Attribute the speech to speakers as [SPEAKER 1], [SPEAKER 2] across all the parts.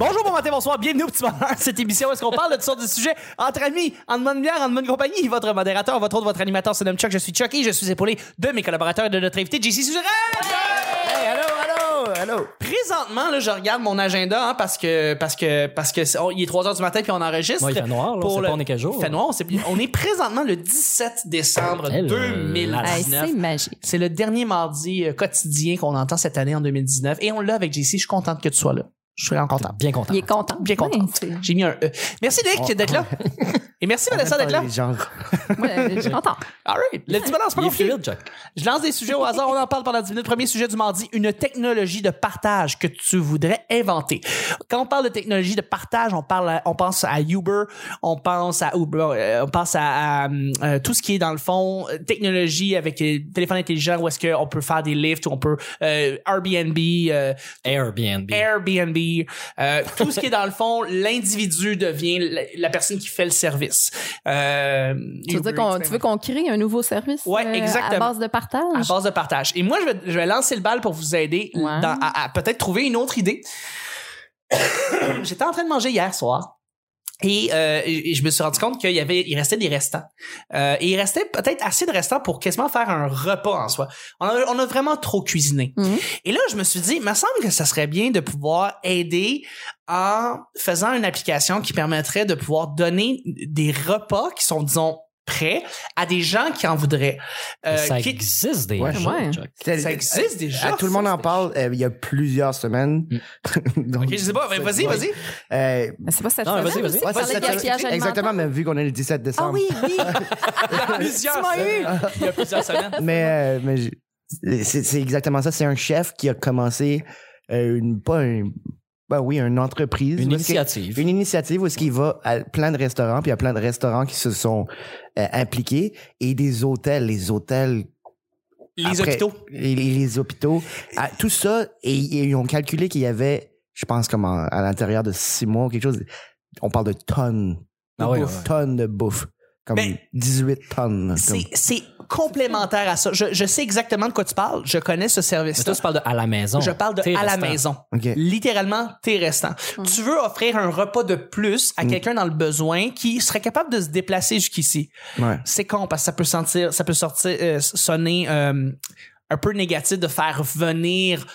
[SPEAKER 1] bonsoir, bienvenue au petit bonheur. Cette émission, où est-ce qu'on parle de toutes sortes de sujets entre amis, en bonne bière, en bonne compagnie? Votre modérateur, votre autre, votre animateur se nomme Chuck. Je suis Chucky. Je suis épaulé de mes collaborateurs et de notre invité, JC Suzerain.
[SPEAKER 2] Hey, allô, allô, allô.
[SPEAKER 1] Présentement, là, je regarde mon agenda hein, parce que parce que parce que c'est- on- il est 3 heures du matin puis on enregistre.
[SPEAKER 3] Ouais, il fait noir, là, on sait pas on est quel jour.
[SPEAKER 1] Il fait noir. On, sait- on est présentement le 17 décembre
[SPEAKER 3] Eh, le-
[SPEAKER 1] 2019.
[SPEAKER 4] Hey, Ah, c'est magique.
[SPEAKER 1] C'est le dernier mardi euh, quotidien qu'on entend cette année en 2019. Et on l'a avec JC. Je suis contente que tu sois là. Je suis vraiment content.
[SPEAKER 3] Bien content.
[SPEAKER 4] Il est content.
[SPEAKER 1] Bien content.
[SPEAKER 4] Ouais, c'est-
[SPEAKER 1] J'ai mis un E. Merci, Nick, d'être là. Et merci, Vanessa, d'être là.
[SPEAKER 2] Les gens.
[SPEAKER 4] ouais, je suis content.
[SPEAKER 1] All right. Le petit balance, pas
[SPEAKER 3] Il est
[SPEAKER 1] compliqué.
[SPEAKER 3] fluide, Jack.
[SPEAKER 1] Je lance des sujets au hasard, on en parle pendant 10 minutes. Premier sujet du mardi, une technologie de partage que tu voudrais inventer. Quand on parle de technologie de partage, on parle, à- on pense à Uber, on pense à Uber, euh, on pense à, à, hum, euh, tout ce qui est dans le fond euh, technologie avec euh, téléphone intelligent où est-ce qu'on peut faire des lifts, où on peut euh, Airbnb, euh,
[SPEAKER 3] Airbnb.
[SPEAKER 1] Airbnb, euh, tout ce qui est dans le fond, l'individu devient la, la personne qui fait le service. Euh,
[SPEAKER 4] Tu veux,
[SPEAKER 1] Uber,
[SPEAKER 4] dire qu'on, tu
[SPEAKER 1] etc.
[SPEAKER 4] veux qu'on crée un nouveau service
[SPEAKER 1] Ouais,
[SPEAKER 4] euh,
[SPEAKER 1] exactement.
[SPEAKER 4] à base de
[SPEAKER 1] à
[SPEAKER 4] partage?
[SPEAKER 1] base de partage. Et moi, je vais, je vais lancer le bal pour vous aider
[SPEAKER 4] Ouais.
[SPEAKER 1] dans- à, à peut-être trouver une autre idée. J'étais en train de manger hier soir. Et, euh, et- et je me suis rendu compte qu'il y avait, il restait des restants. Euh, et il restait peut-être assez de restants pour quasiment faire un repas en soi. On a, on a vraiment trop cuisiné.
[SPEAKER 4] Mhm.
[SPEAKER 1] Et là, je me suis dit, il me semble que ça serait bien de pouvoir aider en faisant une application qui permettrait de pouvoir donner des repas qui sont, disons, prêts à des gens qui en voudraient. Euh,
[SPEAKER 3] ça
[SPEAKER 1] qui-
[SPEAKER 3] existe des
[SPEAKER 2] Ouais.
[SPEAKER 3] choses,
[SPEAKER 4] Ouais.
[SPEAKER 3] Jack.
[SPEAKER 1] ça existe déjà.
[SPEAKER 2] Ah, tout le monde en parle euh, il y a plusieurs semaines.
[SPEAKER 3] Mm.
[SPEAKER 2] Donc,
[SPEAKER 1] Ok, je sais pas, mais vas-y,
[SPEAKER 2] Ouais.
[SPEAKER 1] vas-y.
[SPEAKER 2] Euh,
[SPEAKER 4] Mais c'est pas cette
[SPEAKER 3] Non,
[SPEAKER 4] semaine
[SPEAKER 3] vas-y, vas-y.
[SPEAKER 4] aussi
[SPEAKER 3] Ouais,
[SPEAKER 4] qu'on parlait de
[SPEAKER 2] c'est
[SPEAKER 4] gaspillage
[SPEAKER 2] ça-
[SPEAKER 4] alimentaire?
[SPEAKER 2] Exactement, mais vu qu'on est le 17 décembre.
[SPEAKER 4] Ah oui, oui.
[SPEAKER 1] Plusieurs
[SPEAKER 4] m'as eu.
[SPEAKER 1] semaines. Il y a plusieurs semaines.
[SPEAKER 2] Mais, euh, mais j'ai- c'est c'est exactement ça. C'est un chef qui a commencé euh, une, pas un, ben oui, une entreprise.
[SPEAKER 3] Une
[SPEAKER 2] Où est-ce que-
[SPEAKER 3] initiative.
[SPEAKER 2] Une initiative où est-ce qu'il va à plein de restaurants, puis il y a plein de restaurants qui se sont euh, impliqués et des hôtels, les hôtels
[SPEAKER 1] Les
[SPEAKER 2] après-
[SPEAKER 1] hôpitaux.
[SPEAKER 2] Les, les- les hôpitaux. Ah, tout ça, et, et ils ont calculé qu'il y avait, je pense, comme en- à l'intérieur de six mois ou quelque chose, on parle de tonnes. De
[SPEAKER 3] Ah ouais,
[SPEAKER 2] bouffe,
[SPEAKER 3] ouais.
[SPEAKER 2] Tonnes de bouffe. Comme
[SPEAKER 1] Ben,
[SPEAKER 2] 18 tonnes. Comme-
[SPEAKER 1] C'est- C'est complémentaire à ça. Je, je sais exactement de quoi tu parles. Je connais ce
[SPEAKER 3] Mais
[SPEAKER 1] service-là.
[SPEAKER 3] toi, tu parles de à la maison.
[SPEAKER 1] Je parle de
[SPEAKER 3] Tes Hum.
[SPEAKER 1] à la
[SPEAKER 3] restants.
[SPEAKER 1] maison.
[SPEAKER 2] OK.
[SPEAKER 1] Littéralement, tes restants. Tu veux offrir un repas de plus
[SPEAKER 3] Hum.
[SPEAKER 1] à quelqu'un dans le besoin qui serait capable de se déplacer jusqu'ici.
[SPEAKER 2] Ouais.
[SPEAKER 1] C'est con parce que ça peut sentir, ça peut sortir, euh, sonner euh, un peu négatif de faire venir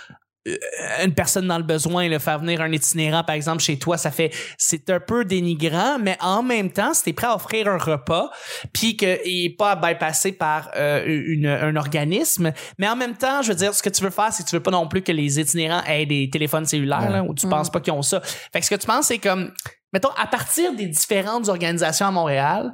[SPEAKER 1] euh, une personne dans le besoin, le faire venir un itinérant par exemple chez toi, ça fait c'est un peu dénigrant, mais en même temps, si t'es prêt à offrir un repas, puis qu'il est pas bypassé par euh, une- un organisme, mais en même temps, je veux dire, ce que tu veux faire, c'est que tu veux pas non plus que les itinérants aient des téléphones cellulaires là, ou tu penses pas qu'ils ont ça. Fait que ce que tu penses, c'est comme mettons à partir des différentes organisations à Montréal,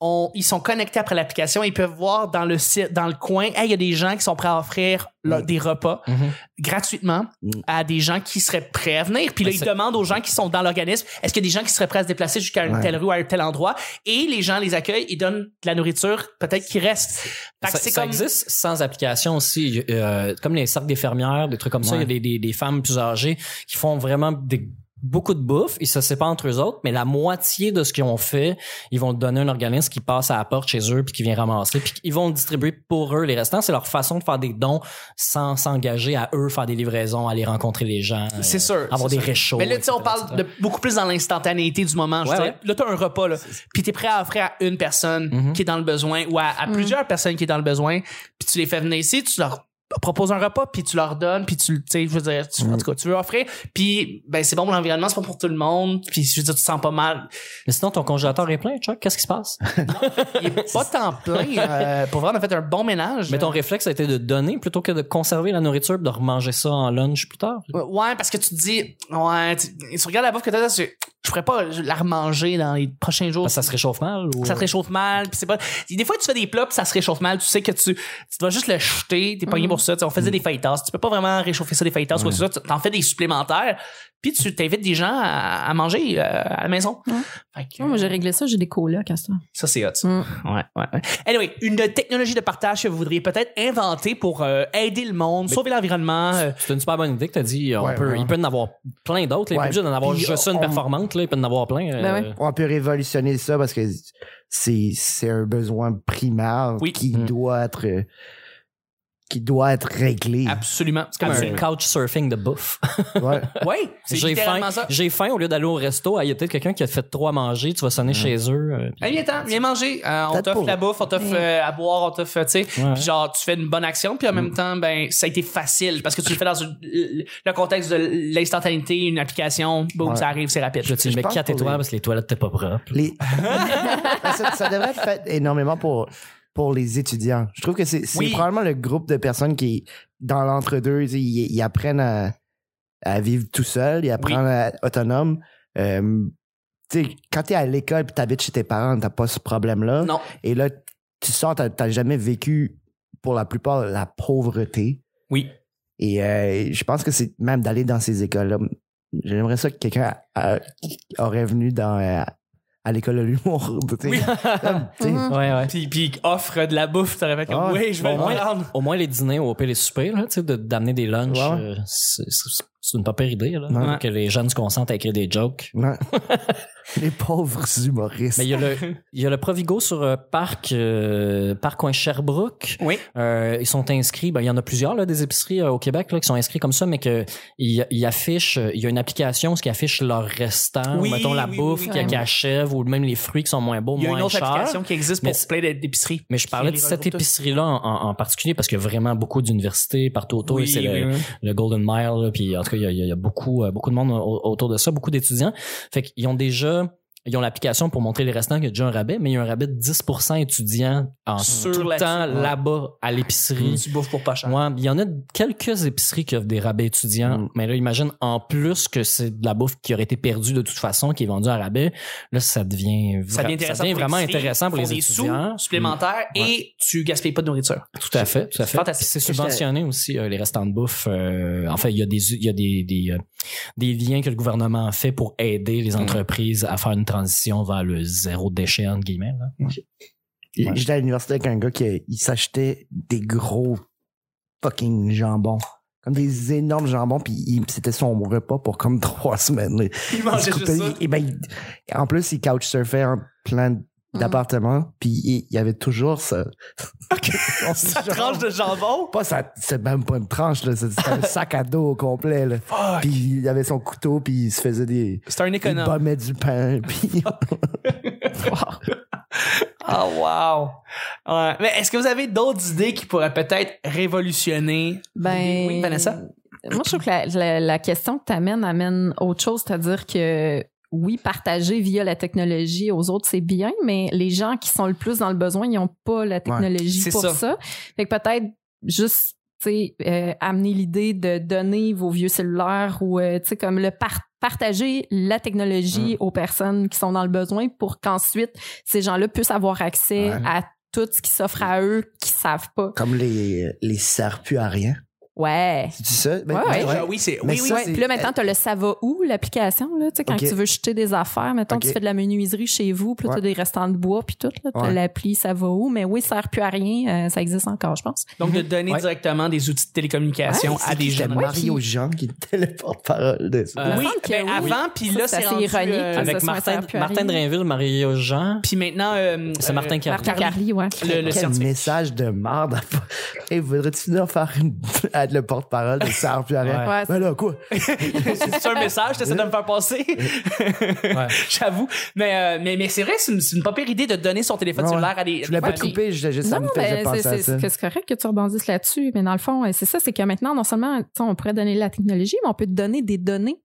[SPEAKER 1] on- ils sont connectés après l'application, ils peuvent voir dans le site, dans le coin, Hey, il y a des gens qui sont prêts à offrir leur- des repas
[SPEAKER 3] Mhm.
[SPEAKER 1] gratuitement à des gens qui seraient prêts à venir. Puis là,
[SPEAKER 3] Mm. Mais
[SPEAKER 1] ils
[SPEAKER 3] c'est-
[SPEAKER 1] demandent aux gens qui sont dans l'organisme, est-ce qu'il y a des gens qui seraient prêts à se déplacer jusqu'à une
[SPEAKER 2] Ouais.
[SPEAKER 1] telle rue, à un tel endroit? Et les gens les accueillent, ils donnent de la nourriture, peut-être qui reste. Fait que
[SPEAKER 3] Ça,
[SPEAKER 1] c'est
[SPEAKER 3] ça
[SPEAKER 1] comme-
[SPEAKER 3] existe sans application aussi. Euh, comme les cercles des fermières, des trucs comme ça. Il y a des, des- des femmes plus âgées qui font vraiment des- beaucoup de bouffe. Ils se séparent entre eux autres, mais la moitié de ce qu'ils ont fait, ils vont le donner à un organisme qui passe à la porte chez eux puis qui vient ramasser. Puis ils vont le distribuer pour eux. Les restants, c'est leur façon de faire des dons sans s'engager à eux, faire des livraisons, aller rencontrer les gens.
[SPEAKER 1] C'est
[SPEAKER 3] euh,
[SPEAKER 1] sûr,
[SPEAKER 3] Avoir
[SPEAKER 1] c'est
[SPEAKER 3] des
[SPEAKER 1] sûr.
[SPEAKER 3] réchauds.
[SPEAKER 1] Mais là, tu sais, on
[SPEAKER 3] etc.,
[SPEAKER 1] parle
[SPEAKER 3] etc.
[SPEAKER 1] de beaucoup plus dans l'instantanéité du moment. je
[SPEAKER 3] Ouais,
[SPEAKER 1] veux dire.
[SPEAKER 3] ouais.
[SPEAKER 1] Là, t'as un repas, là. Puis t'es prêt à offrir à une personne
[SPEAKER 3] Mhm.
[SPEAKER 1] qui est dans le besoin ou à, à plusieurs personnes qui est dans le besoin. Puis tu les fais venir ici, tu leur proposes un repas, puis tu leur donnes, puis tu, tu sais, je veux dire, tu,
[SPEAKER 3] Mm.
[SPEAKER 1] en tout cas, tu veux offrir. Puis, ben, c'est bon pour l'environnement, c'est bon pour tout le monde. Puis, je veux dire, tu te sens pas mal.
[SPEAKER 3] Mais sinon, ton congélateur est plein, Chuck. Qu'est-ce qui se passe?
[SPEAKER 1] Il est pas tant plein. euh, pour vrai, on a fait un bon ménage.
[SPEAKER 3] Mais ton réflexe a été de donner plutôt que de conserver la nourriture et de remanger ça en lunch plus tard.
[SPEAKER 1] Ouais, Ouais, parce que tu te dis, ouais, tu, tu regardes la bouffe que t'as, tu- je pourrais pas la remanger dans les prochains jours.
[SPEAKER 3] Parce que ça se réchauffe mal. Ou...
[SPEAKER 1] ça te réchauffe mal puis c'est pas des fois tu fais des plats puis ça se réchauffe mal tu sais que tu tu dois juste le jeter t'es pogné pour ça Tu sais, on faisait des fajitas tu peux pas vraiment réchauffer ça des fajitas ou ça Tu- t'en fais des supplémentaires puis tu t'invites des gens à, à manger euh, à la maison Fait que,
[SPEAKER 4] Non, moi, j'ai réglé ça, j'ai des colocs à ça.
[SPEAKER 1] ça c'est hot ça.
[SPEAKER 4] Mm.
[SPEAKER 1] ouais ouais ouais. anyway une technologie de partage que vous voudriez peut-être inventer pour euh, aider le monde sauver l'environnement euh,
[SPEAKER 3] C'est une super bonne idée que tu as dit. On
[SPEAKER 2] Ouais,
[SPEAKER 3] peut,
[SPEAKER 2] ouais.
[SPEAKER 3] Il peut en avoir plein d'autres. là. Il
[SPEAKER 2] Ouais,
[SPEAKER 3] peut juste en avoir
[SPEAKER 2] puis
[SPEAKER 3] juste une
[SPEAKER 2] on-
[SPEAKER 3] performante. Là. Il peut en avoir plein. euh,
[SPEAKER 4] Ben ouais.
[SPEAKER 2] On peut révolutionner ça parce que c'est c'est un besoin primaire
[SPEAKER 1] Oui.
[SPEAKER 2] qui
[SPEAKER 3] Mm.
[SPEAKER 2] doit être euh, qui doit être réglé.
[SPEAKER 1] Absolument. Ah, C'est comme
[SPEAKER 3] C'est
[SPEAKER 1] un.
[SPEAKER 3] le couchsurfing de bouffe.
[SPEAKER 2] Ouais.
[SPEAKER 1] Oui, c'est
[SPEAKER 3] J'ai
[SPEAKER 1] littéralement
[SPEAKER 3] faim.
[SPEAKER 1] ça.
[SPEAKER 3] J'ai faim au lieu d'aller au resto. Ah, Il y a peut-être quelqu'un qui a fait trop à manger. Tu vas sonner chez eux. euh, puis-
[SPEAKER 1] Hey, viens, ten, viens manger. Euh, on
[SPEAKER 2] Peut-être
[SPEAKER 1] t'offre
[SPEAKER 2] pas.
[SPEAKER 1] la bouffe, on t'offre euh, à boire, on t'offre, tu sais.
[SPEAKER 3] Ouais. Mm.
[SPEAKER 1] Puis genre, tu fais une bonne action, puis en même temps, ben, ça a été facile parce que tu le fais dans une- le contexte de l'instantanéité, une application, boum,
[SPEAKER 2] Ouais.
[SPEAKER 1] ça arrive, c'est rapide.
[SPEAKER 3] Puis là, tu
[SPEAKER 2] Je
[SPEAKER 3] mets
[SPEAKER 2] pense
[SPEAKER 3] 4
[SPEAKER 2] pour
[SPEAKER 3] étoiles
[SPEAKER 2] les-
[SPEAKER 3] parce que les toilettes t'es pas propre.
[SPEAKER 2] Les- Ah, ça, ça devrait être fait énormément pour, pour les étudiants. Je trouve que c'est c'est
[SPEAKER 1] Oui.
[SPEAKER 2] probablement le groupe de personnes qui, dans l'entre-deux, tu sais, ils, ils apprennent à, à vivre tout seul, ils apprennent à être autonome. Euh, tu sais, quand t'es à l'école et t'habites chez tes parents, t'as pas ce problème-là.
[SPEAKER 1] Non.
[SPEAKER 2] Et là, tu sors, t'as- t'as jamais vécu, pour la plupart, la pauvreté.
[SPEAKER 1] Oui.
[SPEAKER 2] Et euh, je pense que c'est même d'aller dans ces écoles-là. J'aimerais ça que quelqu'un euh, aurait venu dans, euh, à l'école de l'humour. tu sais.
[SPEAKER 1] Oui.
[SPEAKER 2] Comme, tu sais,
[SPEAKER 4] Mhm.
[SPEAKER 3] Ouais, ouais.
[SPEAKER 1] Puis, puis offre de la bouffe, t'aurais fait comme,
[SPEAKER 2] Ah,
[SPEAKER 1] oui, je vais
[SPEAKER 3] au
[SPEAKER 1] le
[SPEAKER 3] moins-
[SPEAKER 1] prendre.
[SPEAKER 3] Au moins les dîners ou au pire les soupers, là, tu sais, de- d'amener des lunchs,
[SPEAKER 2] Ouais.
[SPEAKER 3] euh, c'est c'est- c'est une pas pire idée. Là,
[SPEAKER 2] Ouais.
[SPEAKER 3] Que les jeunes se concentrent à écrire des jokes.
[SPEAKER 2] non. Les pauvres humoristes.
[SPEAKER 3] Mais il y a le, il y a le Provigo sur euh, Parc, euh, Parc Coin Sherbrooke.
[SPEAKER 1] Oui.
[SPEAKER 3] Euh, ils sont inscrits. Ben, il y en a plusieurs là, des épiceries euh, au Québec là, qui sont inscrits comme ça, mais que ils, ils affichent. euh, Il y a une application ce qui affiche leur restant,
[SPEAKER 1] Oui,
[SPEAKER 3] mettons la
[SPEAKER 1] oui,
[SPEAKER 3] bouffe
[SPEAKER 1] oui,
[SPEAKER 4] oui.
[SPEAKER 3] qui, qui achève ou même les fruits qui sont moins beaux,
[SPEAKER 1] Il y a
[SPEAKER 3] moins
[SPEAKER 1] une autre
[SPEAKER 3] chers.
[SPEAKER 1] application qui existe pour
[SPEAKER 3] Mais c'est-
[SPEAKER 1] plein d'é- d'épiceries.
[SPEAKER 3] Mais je parlais de cette épicerie-là en, en- en particulier parce que vraiment beaucoup d'universités partout autour, et
[SPEAKER 1] Oui,
[SPEAKER 3] c'est
[SPEAKER 1] oui,
[SPEAKER 3] le,
[SPEAKER 1] oui.
[SPEAKER 3] le Golden Mile, là, puis en tout cas, il y a, il y a- il y a beaucoup, euh, beaucoup de monde au- autour de ça, beaucoup d'étudiants. Fait qu'ils ont déjà, ils ont l'application pour montrer les restants qu'il y a déjà un rabais, mais il y a un rabais de 10% étudiants en
[SPEAKER 1] Sur
[SPEAKER 3] tout le
[SPEAKER 1] la-
[SPEAKER 3] temps
[SPEAKER 1] ouais. Mm.
[SPEAKER 3] là-bas à l'épicerie.
[SPEAKER 1] Tu bouffes pour pas cher.
[SPEAKER 3] Ouais, il y en a quelques épiceries qui offrent des rabais étudiants,
[SPEAKER 2] Mm.
[SPEAKER 3] mais là, imagine en plus que c'est de la bouffe qui aurait été perdue de toute façon, qui est vendue à rabais. Là, ça devient, vra-
[SPEAKER 1] Ça devient intéressant. pour
[SPEAKER 3] vraiment
[SPEAKER 1] l'épicerie,
[SPEAKER 3] intéressant pour
[SPEAKER 1] ils
[SPEAKER 3] les
[SPEAKER 1] font des
[SPEAKER 3] étudiants.
[SPEAKER 1] sous supplémentaires
[SPEAKER 3] Mm.
[SPEAKER 1] et tu gaspilles pas de nourriture.
[SPEAKER 3] Tout à fait, tout à fait.
[SPEAKER 1] Fantastique.
[SPEAKER 3] Puis C'est subventionné aussi euh, les restants de bouffe. euh, en fait, il y a des il y a des des, euh, des liens que le gouvernement a fait pour aider les entreprises à faire une transition vers le zéro déchet entre guillemets. là.
[SPEAKER 2] J'étais à l'université avec un gars qui euh, il s'achetait des gros fucking jambons. Comme des énormes jambons, puis il- c'était son repas pour comme trois semaines. là.
[SPEAKER 1] Ils
[SPEAKER 2] Il se coupait- et ben, il- en plus, il couchsurfait en plein
[SPEAKER 1] Mm-hmm.
[SPEAKER 2] d'appartements, puis il, il y avait toujours ça.
[SPEAKER 1] Sa tranche de jambon.
[SPEAKER 2] Pas ça, c'est même pas une tranche, là, c'est c'était un sac à dos au complet. Là. Puis il avait son couteau, puis il se faisait des.
[SPEAKER 1] C'est un
[SPEAKER 2] Il
[SPEAKER 1] économe.
[SPEAKER 2] bombait du pain, puis.
[SPEAKER 1] Ah, wow. Ouais. Mais est-ce que vous avez d'autres idées qui pourraient peut-être révolutionner?
[SPEAKER 4] Ben,
[SPEAKER 1] Oui, Vanessa?
[SPEAKER 4] Moi, je trouve que la, la- la question que tu amènes amène autre chose, c'est-à-dire que oui, partager via la technologie aux autres, c'est bien, mais les gens qui sont le plus dans le besoin, ils n'ont pas la technologie
[SPEAKER 1] c'est
[SPEAKER 4] pour
[SPEAKER 1] ça.
[SPEAKER 4] ça. Fait que peut-être juste tu sais, euh, amener l'idée de donner vos vieux cellulaires ou euh, tu sais, comme le par- partager la technologie
[SPEAKER 1] Mm.
[SPEAKER 4] aux personnes qui sont dans le besoin pour qu'ensuite ces gens-là puissent avoir accès
[SPEAKER 2] Ouais.
[SPEAKER 4] à tout ce qui s'offre à eux qui savent pas.
[SPEAKER 2] Comme les, les serpus à rien.
[SPEAKER 4] Ouais.
[SPEAKER 2] Tu dis ça? Ben,
[SPEAKER 4] Ouais, ouais. Ben,
[SPEAKER 1] Ah Oui, c'est.
[SPEAKER 2] Mais
[SPEAKER 1] Oui, oui.
[SPEAKER 2] ça,
[SPEAKER 4] Ouais,
[SPEAKER 2] c'est-
[SPEAKER 4] puis là, maintenant, t'as le ça va où, l'application, là, tu sais, quand
[SPEAKER 2] Ok.
[SPEAKER 4] tu veux jeter des affaires, mettons, tu
[SPEAKER 2] Ok.
[SPEAKER 4] fais de la menuiserie chez vous, puis là,
[SPEAKER 2] Ouais.
[SPEAKER 4] t'as des restants de bois, puis tout, là, t'as
[SPEAKER 2] Ouais.
[SPEAKER 4] l'appli ça va où, mais oui, ça sert plus à rien, euh, ça existe encore, je pense.
[SPEAKER 1] Donc, de donner
[SPEAKER 3] Ouais.
[SPEAKER 1] directement des outils de télécommunication
[SPEAKER 2] C'est
[SPEAKER 1] à
[SPEAKER 2] qui
[SPEAKER 1] des
[SPEAKER 2] qui
[SPEAKER 1] jeunes.
[SPEAKER 2] était Mario Jean qui était le porte-parole de ça.
[SPEAKER 3] Euh,
[SPEAKER 4] me
[SPEAKER 1] oui,
[SPEAKER 4] semble que
[SPEAKER 1] ben,
[SPEAKER 4] oui.
[SPEAKER 1] avant, puis
[SPEAKER 4] Ça,
[SPEAKER 1] là,
[SPEAKER 4] c'est
[SPEAKER 1] c'est
[SPEAKER 4] assez
[SPEAKER 1] rendu,
[SPEAKER 4] ironique
[SPEAKER 1] euh,
[SPEAKER 4] que
[SPEAKER 3] Avec
[SPEAKER 4] ça, ça
[SPEAKER 3] Martin
[SPEAKER 4] sert plus à
[SPEAKER 3] Martin
[SPEAKER 4] rien.
[SPEAKER 3] Drainville, Mario Jean,
[SPEAKER 1] Puis maintenant. euh,
[SPEAKER 3] c'est
[SPEAKER 1] euh,
[SPEAKER 3] Martin qui a-
[SPEAKER 4] Marc Carly, ouais.
[SPEAKER 1] Le, le
[SPEAKER 2] Quel
[SPEAKER 1] scientifique.
[SPEAKER 2] message de merde. à fa- Hey, voudrais-tu venir faire une... être le porte-parole de serpus à rien?
[SPEAKER 4] Ouais.
[SPEAKER 2] Ben là, quoi?
[SPEAKER 1] c'est un message, t'essaies de me faire passer. J'avoue. Mais, euh, mais, mais c'est vrai, c'est une, c'est une pas pire idée de donner son téléphone
[SPEAKER 2] Ouais.
[SPEAKER 1] cellulaire à des.
[SPEAKER 2] Je voulais pas
[SPEAKER 1] Ouais,
[SPEAKER 2] te couper, je- je- ça
[SPEAKER 4] Non,
[SPEAKER 2] me
[SPEAKER 4] non,
[SPEAKER 2] faisait
[SPEAKER 4] mais c'est-
[SPEAKER 2] penser à
[SPEAKER 4] c'est
[SPEAKER 2] ça.
[SPEAKER 4] c'est- c'est correct que tu rebondisses là-dessus, mais dans le fond, euh, c'est ça, c'est que maintenant, non seulement, tu sais, on pourrait donner la technologie, mais on peut te donner des données.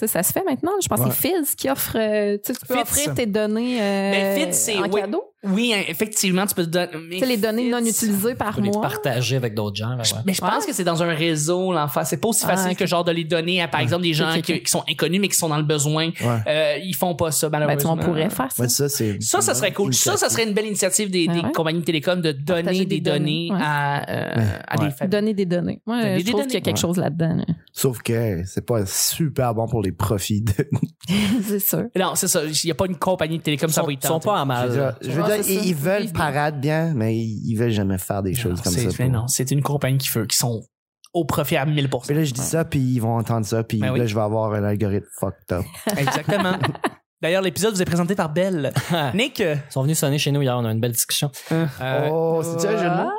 [SPEAKER 4] Tu sais, ça se fait maintenant. Je pense
[SPEAKER 2] Ouais.
[SPEAKER 4] que c'est Fizz qui offre. euh, tu sais, tu peux
[SPEAKER 1] Fizz.
[SPEAKER 4] offrir tes données euh,
[SPEAKER 2] Ben,
[SPEAKER 1] Mais Fizz, c'est-
[SPEAKER 4] en
[SPEAKER 1] oui.
[SPEAKER 4] cadeau.
[SPEAKER 1] Oui, hein, effectivement, tu peux te donner. mais
[SPEAKER 4] Tu sais, les données
[SPEAKER 1] Fitz-
[SPEAKER 4] non utilisées
[SPEAKER 3] on
[SPEAKER 4] par
[SPEAKER 3] peut les
[SPEAKER 4] mois.
[SPEAKER 3] partager avec d'autres gens. là, ouais.
[SPEAKER 1] Mais je pense que c'est dans un réseau, l'enfant. C'est pas aussi
[SPEAKER 4] Ah,
[SPEAKER 1] facile
[SPEAKER 4] ok.
[SPEAKER 1] que genre de les donner à, par exemple, des gens
[SPEAKER 4] Ok, ok.
[SPEAKER 1] qui, qui sont inconnus mais qui sont dans le besoin.
[SPEAKER 2] Ouais.
[SPEAKER 1] Euh, ils font pas ça,
[SPEAKER 4] Ben, tu,
[SPEAKER 1] malheureusement.
[SPEAKER 4] on pourrait faire ça.
[SPEAKER 2] Ouais, ça, c'est
[SPEAKER 1] Ça, ça serait cool. Ça, ça serait une belle initiative des,
[SPEAKER 4] Ah
[SPEAKER 1] des
[SPEAKER 4] ouais?
[SPEAKER 1] compagnies de télécom de donner des
[SPEAKER 4] Partager des
[SPEAKER 1] données
[SPEAKER 4] données, ouais.
[SPEAKER 1] à, euh, à
[SPEAKER 2] Ouais.
[SPEAKER 1] des familles.
[SPEAKER 4] Donner des données. Moi,
[SPEAKER 1] Donner
[SPEAKER 4] je
[SPEAKER 1] des
[SPEAKER 4] trouve
[SPEAKER 1] données.
[SPEAKER 4] qu'il y a quelque chose là-dedans. là.
[SPEAKER 2] Sauf que c'est pas super bon pour les profits. de-
[SPEAKER 4] c'est sûr.
[SPEAKER 1] Non, c'est ça. Il n'y a pas une compagnie de télécom,
[SPEAKER 3] Ils
[SPEAKER 1] ça
[SPEAKER 3] sont,
[SPEAKER 1] va y
[SPEAKER 3] ils sont
[SPEAKER 1] tenter.
[SPEAKER 3] pas à
[SPEAKER 2] Je
[SPEAKER 3] mal.
[SPEAKER 2] veux dire, je veux
[SPEAKER 4] Ouais,
[SPEAKER 2] dire,
[SPEAKER 4] c'est
[SPEAKER 2] ils,
[SPEAKER 4] ça.
[SPEAKER 2] ils veulent
[SPEAKER 4] Ils-
[SPEAKER 2] paraître bien, mais ils, ils veulent jamais faire des choses comme
[SPEAKER 1] Ah, C'est-
[SPEAKER 2] ça.
[SPEAKER 1] mais
[SPEAKER 2] pour-
[SPEAKER 1] non, c'est une compagnie qui veut, qui sont au profit à 1000
[SPEAKER 2] Puis là, je dis ça, puis ils vont entendre ça, puis
[SPEAKER 1] Ben oui.
[SPEAKER 2] là, je vais avoir un algorithme fucked up.
[SPEAKER 1] Exactement. D'ailleurs, l'épisode vous est présenté par Belle. Nick, euh,
[SPEAKER 3] Ils sont venus sonner chez nous hier, on a eu une belle discussion. Euh,
[SPEAKER 2] oh, c'est-tu un jeu de mots?
[SPEAKER 4] Ah,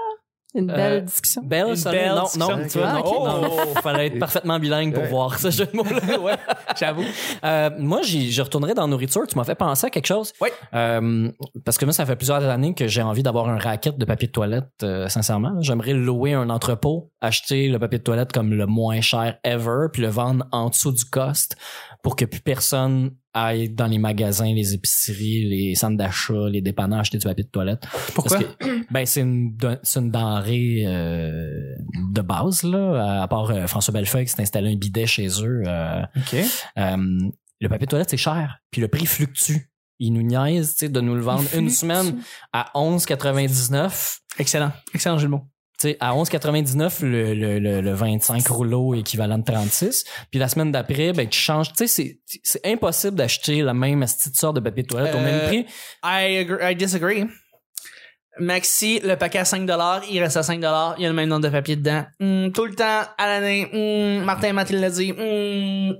[SPEAKER 4] Une
[SPEAKER 3] Euh,
[SPEAKER 4] belle discussion.
[SPEAKER 3] Belle,
[SPEAKER 1] Une
[SPEAKER 3] ça,
[SPEAKER 1] belle
[SPEAKER 3] non,
[SPEAKER 1] discussion.
[SPEAKER 3] non, tu vois,
[SPEAKER 1] Ah,
[SPEAKER 3] non,
[SPEAKER 1] ok.
[SPEAKER 3] non, non, fallait être parfaitement bilingue pour
[SPEAKER 2] Ouais.
[SPEAKER 3] voir ce jeu de mots-là.
[SPEAKER 1] ouais, j'avoue.
[SPEAKER 3] Euh, moi, j'y- je retournerai dans nourriture. Tu m'as fait penser à quelque chose.
[SPEAKER 1] Ouais.
[SPEAKER 3] Euh, parce que moi, ça fait plusieurs années que j'ai envie d'avoir un racket de papier de toilette, euh, sincèrement. J'aimerais louer un entrepôt, acheter le papier de toilette comme le moins cher ever, puis le vendre en dessous du cost pour que plus personne aille dans les magasins, les épiceries, les centres d'achat, les dépanneurs acheter du papier de toilette.
[SPEAKER 1] Pourquoi?
[SPEAKER 3] Parce que, ben, c'est une, don- c'est une denrée euh, de base, là. À part euh, François Bellefeuille qui s'est installé un bidet chez eux. euh,
[SPEAKER 1] OK.
[SPEAKER 3] euh, le papier de toilette, c'est cher. Puis le prix fluctue. Ils nous niaisent tu sais, de nous le vendre une semaine à 11,99.
[SPEAKER 1] Excellent. Excellent jeu de mots.
[SPEAKER 3] Tu sais, à 11,99, le, le, le, le 25 rouleaux équivalent de 36. Puis la semaine d'après, ben, tu changes. Tu sais, c'est- c'est impossible d'acheter la même petite sorte de papier de toilette au
[SPEAKER 1] Euh,
[SPEAKER 3] même prix.
[SPEAKER 1] I, agree- I disagree. Maxi, le paquet à 5 il reste à 5 il y a le même nombre de papier dedans. Hmm, tout le temps, à l'année. Hmm, Martin Mathilde l'a dit. Hmm.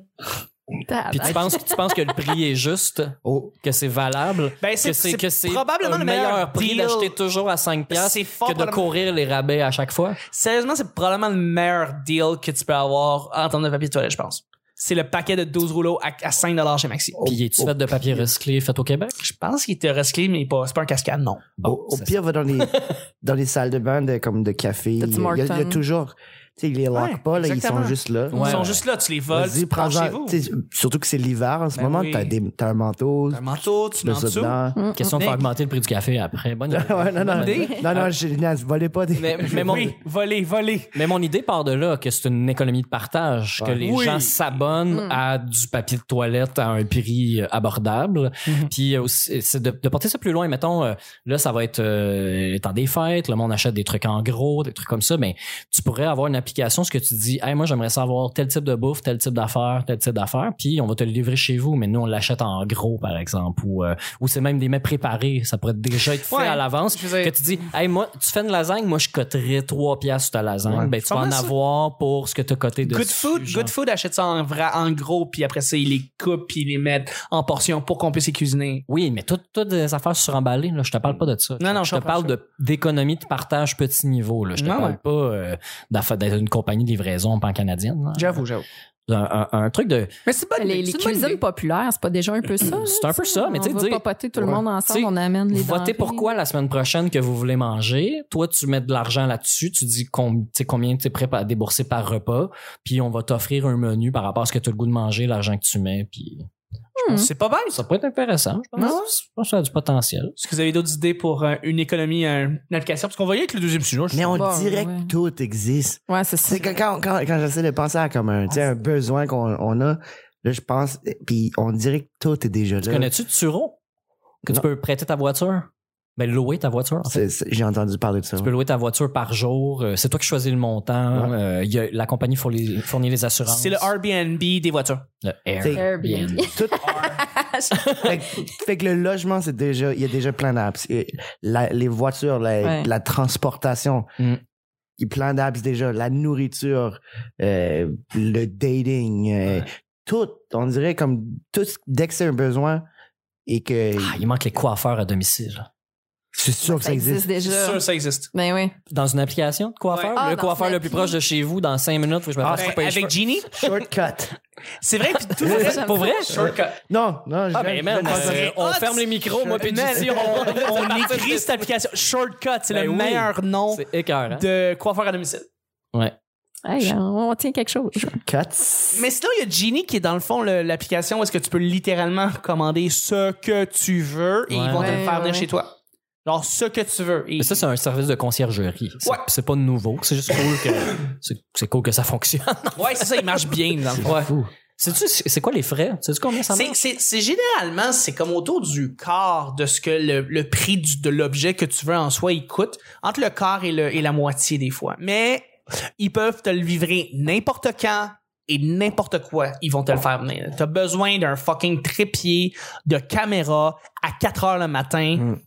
[SPEAKER 3] Puis tu penses, tu penses que le prix est juste,
[SPEAKER 2] Oh,
[SPEAKER 3] que c'est valable,
[SPEAKER 1] Ben,
[SPEAKER 3] que
[SPEAKER 1] c'est
[SPEAKER 3] c'est que c'est
[SPEAKER 1] probablement
[SPEAKER 3] un
[SPEAKER 1] le meilleur,
[SPEAKER 3] prix
[SPEAKER 1] deal.
[SPEAKER 3] d'acheter toujours à 5 piastres
[SPEAKER 1] C'est fort
[SPEAKER 3] que de
[SPEAKER 1] probablement-
[SPEAKER 3] courir les rabais à chaque fois.
[SPEAKER 1] Sérieusement, c'est probablement le meilleur deal que tu peux avoir en termes de papier de toilette, je pense. C'est le paquet de 12 rouleaux à, à 5 chez Maxi.
[SPEAKER 3] Puis est-tu fait de papier recyclé fait au Québec?
[SPEAKER 1] Je pense qu'il était recyclé, mais pas, c'est pas un cascade, non.
[SPEAKER 3] Bon,
[SPEAKER 2] au, au
[SPEAKER 3] ça,
[SPEAKER 2] pire, va dans les, dans les salles de bain de, comme de café. Il y,
[SPEAKER 4] Petit
[SPEAKER 2] a- il y a- il y a
[SPEAKER 4] Morton.
[SPEAKER 2] toujours. Tu sais, ils les lockent
[SPEAKER 1] Ouais,
[SPEAKER 2] pas, là, ils
[SPEAKER 1] exactement.
[SPEAKER 2] sont juste là.
[SPEAKER 1] Ils
[SPEAKER 3] Ouais,
[SPEAKER 1] sont
[SPEAKER 3] ouais.
[SPEAKER 1] juste là, tu les voles,
[SPEAKER 2] Vas-y,
[SPEAKER 1] tu prends
[SPEAKER 2] prends-en.
[SPEAKER 1] chez vous.
[SPEAKER 2] Tu sais, Surtout que c'est l'hiver en ce
[SPEAKER 1] Ben
[SPEAKER 2] moment,
[SPEAKER 1] oui.
[SPEAKER 2] t'as, des- t'as un manteau,
[SPEAKER 1] Un manteau, tu
[SPEAKER 2] tu mets
[SPEAKER 1] mets en
[SPEAKER 2] ça
[SPEAKER 1] dessous.
[SPEAKER 2] dedans.
[SPEAKER 4] Mm, mm.
[SPEAKER 3] Question de
[SPEAKER 1] Mais-
[SPEAKER 3] faire augmenter le prix du café après. Bonne idée.
[SPEAKER 2] Ouais, non, non,
[SPEAKER 1] idée.
[SPEAKER 2] non, non, je ne volais pas des.
[SPEAKER 3] Mais- mais mon-
[SPEAKER 1] Oui, voler, voler.
[SPEAKER 3] Mais mon idée part de là, que c'est une économie de partage, que
[SPEAKER 2] Ouais.
[SPEAKER 3] les
[SPEAKER 1] Oui.
[SPEAKER 3] gens s'abonnent
[SPEAKER 4] Mm.
[SPEAKER 3] à du papier de toilette à un prix euh, abordable.
[SPEAKER 4] Mm-hmm.
[SPEAKER 1] Mhm.
[SPEAKER 3] Puis euh, aussi, c'est de, de porter ça plus loin. Mettons, euh, là, ça va être euh, le temps des fêtes, le monde achète des trucs en gros, des trucs comme ça, mais tu pourrais avoir une application, ce que tu dis, hey, moi, j'aimerais savoir tel type de bouffe, tel type d'affaires, tel type d'affaires, puis on va te le livrer chez vous, mais nous, on l'achète en gros, par exemple, ou, euh, ou c'est même des mets préparés, ça pourrait déjà être fait
[SPEAKER 1] Ouais.
[SPEAKER 3] à l'avance.
[SPEAKER 1] Je veux
[SPEAKER 3] que
[SPEAKER 1] dire-
[SPEAKER 3] tu dis hey moi tu fais une lasagne moi je coterais 3 piastres sur ta lasagne
[SPEAKER 2] Ouais.
[SPEAKER 3] ben tu vas en
[SPEAKER 1] Sûrement ça.
[SPEAKER 3] avoir pour ce que t'as coté de
[SPEAKER 1] Good food, good food achète ça en, vrai, en gros, puis après ça, ils les coupent, puis ils les mettent en portions pour qu'on puisse les cuisiner.
[SPEAKER 3] oui mais toutes toutes des affaires suremballées là je te parle pas de ça
[SPEAKER 1] Non, non, je
[SPEAKER 3] je te
[SPEAKER 1] comprends
[SPEAKER 3] parle
[SPEAKER 1] ça.
[SPEAKER 3] de d'économie de partage petit niveau là je te
[SPEAKER 1] Non,
[SPEAKER 3] parle
[SPEAKER 1] ouais.
[SPEAKER 3] pas euh, d'affaires- d'être une compagnie de livraison pan canadienne
[SPEAKER 1] J'avoue, j'avoue.
[SPEAKER 3] un, un- un truc de
[SPEAKER 1] Mais c'est pas
[SPEAKER 4] Ah, Les, les cuisines populaires, c'est pas déjà un peu ça? là,
[SPEAKER 3] Mm, C'est un peu
[SPEAKER 4] tu
[SPEAKER 3] ça, mais tu sais,
[SPEAKER 4] On va
[SPEAKER 3] dire-
[SPEAKER 4] papoter tout le
[SPEAKER 2] Ouais.
[SPEAKER 4] monde
[SPEAKER 3] Tu
[SPEAKER 4] ensemble,
[SPEAKER 3] sais,
[SPEAKER 4] on amène les
[SPEAKER 3] votez
[SPEAKER 4] denrées.
[SPEAKER 3] pourquoi la semaine prochaine que vous voulez manger toi tu mets de l'argent là-dessus tu dis com- tu sais, combien tu es prêt à débourser par repas puis on va t'offrir un menu par rapport à ce que tu as le goût de manger l'argent que tu mets puis
[SPEAKER 1] C'est pas bête.
[SPEAKER 3] Ça pourrait être intéressant, je pense.
[SPEAKER 1] Ouais.
[SPEAKER 3] Je pense que ça a du potentiel.
[SPEAKER 1] Est-ce que vous avez d'autres idées pour euh, une économie, euh, une application? Parce qu'on voyait que le deuxième sujet, je-
[SPEAKER 2] Mais on
[SPEAKER 4] Bon,
[SPEAKER 2] dirait
[SPEAKER 4] ouais.
[SPEAKER 2] que tout existe.
[SPEAKER 4] Ouais, c'est ça.
[SPEAKER 2] C'est que quand, quand, quand j'essaie de penser à comme un, tu sais,
[SPEAKER 4] Ah,
[SPEAKER 2] un besoin qu'on on a, là, je pense, puis on dirait que tout est déjà
[SPEAKER 3] Tu
[SPEAKER 2] là.
[SPEAKER 3] connais-tu Turo? Que tu
[SPEAKER 2] Non.
[SPEAKER 3] peux prêter ta voiture? Ben, louer ta voiture. en fait.
[SPEAKER 2] C'est- c'est- J'ai entendu parler de ça.
[SPEAKER 3] Tu peux louer ta voiture par jour. Euh, C'est toi qui choisis le montant. Euh, il y a- la compagnie fournit, fournit les assurances.
[SPEAKER 1] c'est le Airbnb des voitures.
[SPEAKER 3] Le Air.
[SPEAKER 2] C'est-
[SPEAKER 4] Airbnb.
[SPEAKER 2] Tout- fait, que- fait que le logement, c'est déjà, il y a déjà plein d'apps. Et la- les voitures, la,
[SPEAKER 4] Ouais.
[SPEAKER 2] la transportation,
[SPEAKER 3] Mm.
[SPEAKER 2] il y a plein d'apps déjà. La nourriture, euh, le dating, euh, tout. On dirait comme tout, ce- dès que c'est un besoin et que
[SPEAKER 3] Ah, il manque les coiffeurs à domicile.
[SPEAKER 2] je suis sûr que ça existe.
[SPEAKER 1] Je suis
[SPEAKER 4] déjà.
[SPEAKER 1] sûr que ça existe.
[SPEAKER 4] Ben oui.
[SPEAKER 3] Dans une application de coiffeur?
[SPEAKER 1] Ouais.
[SPEAKER 4] Ah,
[SPEAKER 3] le
[SPEAKER 4] dans
[SPEAKER 3] coiffeur
[SPEAKER 4] une
[SPEAKER 3] le plus
[SPEAKER 4] appli.
[SPEAKER 3] proche de chez vous dans 5 minutes, faut que je me fasse
[SPEAKER 1] Ben,
[SPEAKER 3] couper les
[SPEAKER 1] avec Genie,
[SPEAKER 2] Shortcut.
[SPEAKER 1] c'est vrai, puis tout
[SPEAKER 3] cheveux.
[SPEAKER 1] le
[SPEAKER 4] Ça, j'aime
[SPEAKER 3] Pour vrai?
[SPEAKER 1] Shortcut.
[SPEAKER 2] Non, non, je
[SPEAKER 3] Ah,
[SPEAKER 2] viens-
[SPEAKER 3] ben,
[SPEAKER 2] je
[SPEAKER 3] man,
[SPEAKER 2] viens de
[SPEAKER 3] euh,
[SPEAKER 2] penser-
[SPEAKER 1] c'est
[SPEAKER 3] on
[SPEAKER 1] hot.
[SPEAKER 3] ferme les micros, moi, puis
[SPEAKER 1] Man,
[SPEAKER 3] d'ici, on,
[SPEAKER 1] on écrit cette application. Shortcut, c'est
[SPEAKER 3] Ben
[SPEAKER 1] le
[SPEAKER 3] oui.
[SPEAKER 1] meilleur nom
[SPEAKER 3] C'est écœurant.
[SPEAKER 1] de coiffeur à domicile.
[SPEAKER 4] Hey, on on tient quelque chose.
[SPEAKER 2] Cuts.
[SPEAKER 1] Mais sinon, il y a Genie qui est dans le fond le- l'application où est-ce que tu peux littéralement commander ce que tu veux et
[SPEAKER 3] Ouais.
[SPEAKER 1] ils vont te le
[SPEAKER 4] Ouais,
[SPEAKER 1] faire venir
[SPEAKER 4] ouais.
[SPEAKER 1] chez toi. Genre ce que tu veux. Et
[SPEAKER 3] Mais ça, c'est un service de conciergerie. C'est-
[SPEAKER 1] Ouais.
[SPEAKER 3] C'est pas nouveau. C'est juste cool que, c'est- c'est cool que ça fonctionne.
[SPEAKER 1] ouais, c'est ça, il marche bien dans le fond.
[SPEAKER 3] Fou. Sais-tu- C'est quoi les frais? Sais-tu combien ça
[SPEAKER 1] C'est-
[SPEAKER 3] marche?
[SPEAKER 1] C'est c'est généralement, c'est comme autour du quart de ce que le, le prix du- de l'objet que tu veux en soi, il coûte. Entre le quart et, le, et la moitié des fois. Mais ils peuvent te le livrer n'importe quand et n'importe quoi, ils vont te le faire venir. T'as besoin d'un fucking trépied de caméra à 4 heures le matin.
[SPEAKER 2] Mm.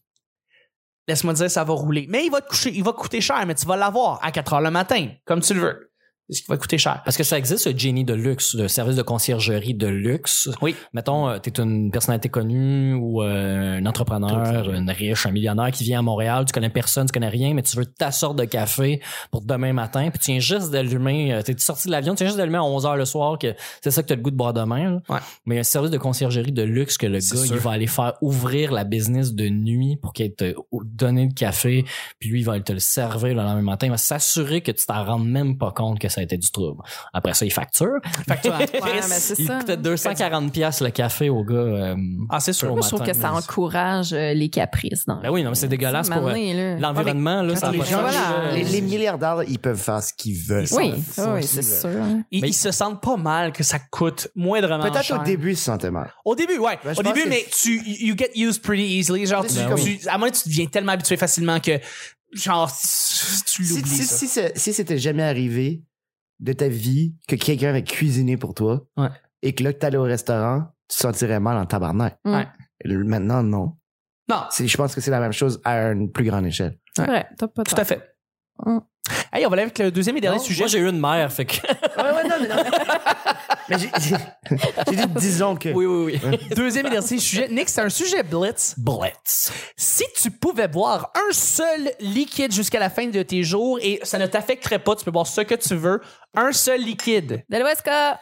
[SPEAKER 1] Laisse-moi te dire, ça va rouler. Mais il va te coucher, il va coûter cher, mais tu vas l'avoir à 4 heures le matin, comme tu le veux. ce qui va coûter cher.
[SPEAKER 3] Parce que ça existe, le génie de luxe, le service de conciergerie de luxe.
[SPEAKER 1] Oui.
[SPEAKER 3] Mettons, euh, t'es une personnalité connue ou euh, un entrepreneur, un riche, un millionnaire qui vient à Montréal, tu connais personne, tu connais rien, mais tu veux ta sorte de café pour demain matin, puis tu viens juste d'allumer, euh, t'es sorti de l'avion, tu viens juste d'allumer à 11h le soir, que c'est ça que t'as le goût de boire demain. là.
[SPEAKER 1] Ouais.
[SPEAKER 3] Mais il y a un service de conciergerie de luxe que le gars,
[SPEAKER 1] C'est sûr.
[SPEAKER 3] il va aller faire ouvrir la business de nuit pour qu'il te donne le café, puis lui, il va te le servir le lendemain matin. Il va s'assurer que tu t'en rends même pas compte que ça a été du trouble. Après ça, il facture.
[SPEAKER 1] Fait que toi,
[SPEAKER 4] Ouais, mais c'est
[SPEAKER 3] Il
[SPEAKER 4] ça.
[SPEAKER 3] coûtait 240 pièces le café au gars. euh,
[SPEAKER 1] ah, c'est sûr.
[SPEAKER 3] au
[SPEAKER 4] Moi, je trouve
[SPEAKER 3] matin,
[SPEAKER 4] que ça
[SPEAKER 3] mais-
[SPEAKER 4] encourage euh, les caprices. Dans
[SPEAKER 3] Ben oui, non, mais c'est dégueulasse
[SPEAKER 4] Ça,
[SPEAKER 3] pour euh,
[SPEAKER 4] m'amener, là.
[SPEAKER 3] l'environnement là.
[SPEAKER 1] quand
[SPEAKER 3] Ça a
[SPEAKER 1] les
[SPEAKER 3] pas euh, de
[SPEAKER 1] gens-
[SPEAKER 3] sens,
[SPEAKER 4] Voilà.
[SPEAKER 3] là.
[SPEAKER 2] Les, les milliardaires, ils peuvent faire ce qu'ils veulent.
[SPEAKER 4] Oui,
[SPEAKER 2] Ils sont-
[SPEAKER 4] oui,
[SPEAKER 2] ils sont
[SPEAKER 4] c'est
[SPEAKER 2] qui
[SPEAKER 4] sûr. hein.
[SPEAKER 1] Ils,
[SPEAKER 3] Mais-
[SPEAKER 1] ils se sentent pas mal que ça coûte moindrement
[SPEAKER 2] veulent. Peut-être
[SPEAKER 1] cher.
[SPEAKER 2] au début, ils se sentaient mal.
[SPEAKER 1] Au début, ouais.
[SPEAKER 2] Ben, je
[SPEAKER 1] au
[SPEAKER 2] pense
[SPEAKER 1] début,
[SPEAKER 2] que-
[SPEAKER 1] mais tu, you get used pretty easily. Genre,
[SPEAKER 2] Ben
[SPEAKER 1] tu,
[SPEAKER 2] oui.
[SPEAKER 1] tu- à moins que tu deviens tellement habitué facilement que, genre, tu- tu
[SPEAKER 2] Si,
[SPEAKER 1] l'oublies.
[SPEAKER 2] si,
[SPEAKER 1] ça.
[SPEAKER 2] si, c'est- si c'était jamais arrivé de ta vie que quelqu'un avait cuisiné pour toi
[SPEAKER 1] Ouais.
[SPEAKER 2] et que là que t'allais au restaurant, tu te sentirais mal en tabarnak.
[SPEAKER 4] Mm.
[SPEAKER 1] Ouais.
[SPEAKER 2] Le- Maintenant, non.
[SPEAKER 1] Non,
[SPEAKER 2] C'est- Je pense que c'est la même chose à une plus grande échelle.
[SPEAKER 4] C'est vrai, t'as pas
[SPEAKER 1] tout
[SPEAKER 4] tort.
[SPEAKER 1] à fait.
[SPEAKER 4] Hum.
[SPEAKER 1] Hey, on va aller avec le deuxième et dernier
[SPEAKER 3] Non,
[SPEAKER 1] sujet.
[SPEAKER 3] Moi, j'ai eu une mère, fait que.
[SPEAKER 2] Mais j'ai j'ai dit disons que.
[SPEAKER 3] oui, oui, oui.
[SPEAKER 1] Deuxième et dernier sujet. Nick, c'est un sujet blitz.
[SPEAKER 3] Blitz.
[SPEAKER 1] Si tu pouvais boire un seul liquide jusqu'à la fin de tes jours et ça ne t'affecterait pas, tu peux boire ce que tu veux, un seul liquide.
[SPEAKER 4] De l'OSK!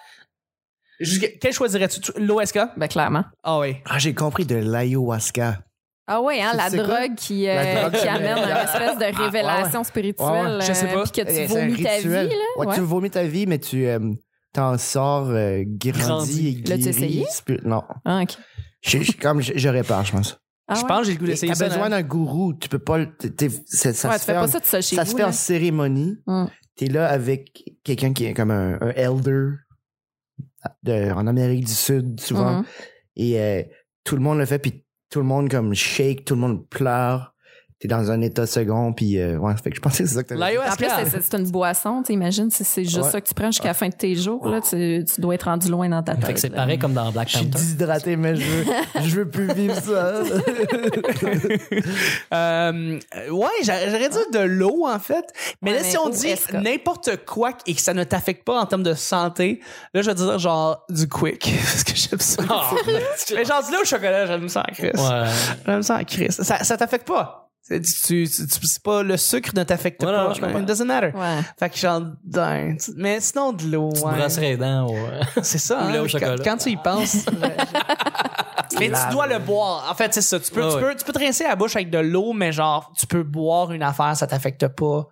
[SPEAKER 1] Jusqu'à- Quel choisirais-tu? Tu- L'OSK?
[SPEAKER 4] Ben, clairement.
[SPEAKER 1] Ah oui.
[SPEAKER 2] Ah, j'ai compris de l'ayahuasca.
[SPEAKER 4] Ah ouais, hein,
[SPEAKER 2] C'est-
[SPEAKER 4] la
[SPEAKER 2] c'est quoi?
[SPEAKER 4] drogue qui, euh,
[SPEAKER 2] La drogue
[SPEAKER 4] qui
[SPEAKER 2] qui-
[SPEAKER 4] amène une espèce de révélation spirituelle.
[SPEAKER 2] Ouais,
[SPEAKER 1] ouais, je sais
[SPEAKER 4] euh,
[SPEAKER 1] pas.
[SPEAKER 4] Puis que tu
[SPEAKER 2] Eh,
[SPEAKER 4] vomis ta vie, là.
[SPEAKER 2] Ouais, Tu
[SPEAKER 4] Ouais.
[SPEAKER 2] vomis ta vie, mais tu euh, t'en sors euh, grandi,
[SPEAKER 1] Grandi.
[SPEAKER 2] et guéri.
[SPEAKER 4] L'as-tu essayé?
[SPEAKER 2] spi- Non.
[SPEAKER 4] Ah, ok.
[SPEAKER 2] Je- je- comme je- j'aurais peur, je pense.
[SPEAKER 4] Ah
[SPEAKER 1] je
[SPEAKER 4] ouais?
[SPEAKER 1] pense que j'ai le goût
[SPEAKER 2] T'as
[SPEAKER 1] d'essayer ça. hein.
[SPEAKER 2] besoin
[SPEAKER 1] Noël.
[SPEAKER 2] d'un gourou. Tu peux pas. le- t'es- t'es- c'est- ça
[SPEAKER 4] Ouais,
[SPEAKER 2] se
[SPEAKER 4] tu
[SPEAKER 2] fait,
[SPEAKER 4] fais
[SPEAKER 2] en,
[SPEAKER 4] pas ça tout seul chez
[SPEAKER 2] ça
[SPEAKER 4] vous.
[SPEAKER 2] se fait en
[SPEAKER 4] là.
[SPEAKER 2] cérémonie.
[SPEAKER 4] Hum.
[SPEAKER 2] T'es là avec quelqu'un qui est comme un, un elder de- en Amérique du Sud, souvent.
[SPEAKER 4] Mhm.
[SPEAKER 2] Et euh, tout le monde le fait, puis tout le monde comme shake, tout le monde pleure. T'es dans un état second, puis euh, ouais, fait que je pensais que c'est ça que t'avais.
[SPEAKER 4] En plus,
[SPEAKER 1] L'ayahuasca.
[SPEAKER 4] c'est- c'est c'est une boisson, tu imagines, si c'est juste
[SPEAKER 2] Ouais.
[SPEAKER 4] ça que tu prends jusqu'à la fin de tes jours, là, tu, tu dois être rendu loin dans ta tête.
[SPEAKER 3] Fait que c'est
[SPEAKER 4] là.
[SPEAKER 3] pareil comme dans Black
[SPEAKER 2] Je suis
[SPEAKER 3] Panther.
[SPEAKER 2] déshydraté, mais je veux, je veux plus vivre ça.
[SPEAKER 1] Euh, ouais, j'a- j'aurais dit de l'eau, en fait. Mais
[SPEAKER 4] Ouais,
[SPEAKER 1] là,
[SPEAKER 4] mais
[SPEAKER 1] si on
[SPEAKER 4] au
[SPEAKER 1] dit
[SPEAKER 4] SK.
[SPEAKER 1] n'importe quoi et que ça ne t'affecte pas en termes de santé, là, je vais dire genre du quick. Parce que j'aime ça. mais genre du lait au chocolat, j'aime ça en Chris.
[SPEAKER 3] Ah, ben, Ouais.
[SPEAKER 1] J'aime ça en Chris. Ça, ça t'affecte pas. C'est tu- tu- tu- c'est pas le sucre ne t'affecte
[SPEAKER 3] Ouais,
[SPEAKER 1] pas.
[SPEAKER 3] non, je comprends.
[SPEAKER 1] It doesn't matter.
[SPEAKER 4] Ouais.
[SPEAKER 1] Fait que genre, d'un, tu- mais sinon de l'eau.
[SPEAKER 3] Tu te
[SPEAKER 1] ouais.
[SPEAKER 3] brasserais les dents. ouais.
[SPEAKER 1] C'est ça.
[SPEAKER 3] Ou lait
[SPEAKER 1] hein,
[SPEAKER 3] au chocolat.
[SPEAKER 1] Quand, quand tu y penses. mais tu dois le boire. En fait, c'est ça. Tu peux,
[SPEAKER 3] Ouais,
[SPEAKER 1] tu,
[SPEAKER 3] ouais.
[SPEAKER 1] peux, tu peux te rincer la bouche avec de l'eau, mais genre, tu peux boire une affaire, ça t'affecte pas.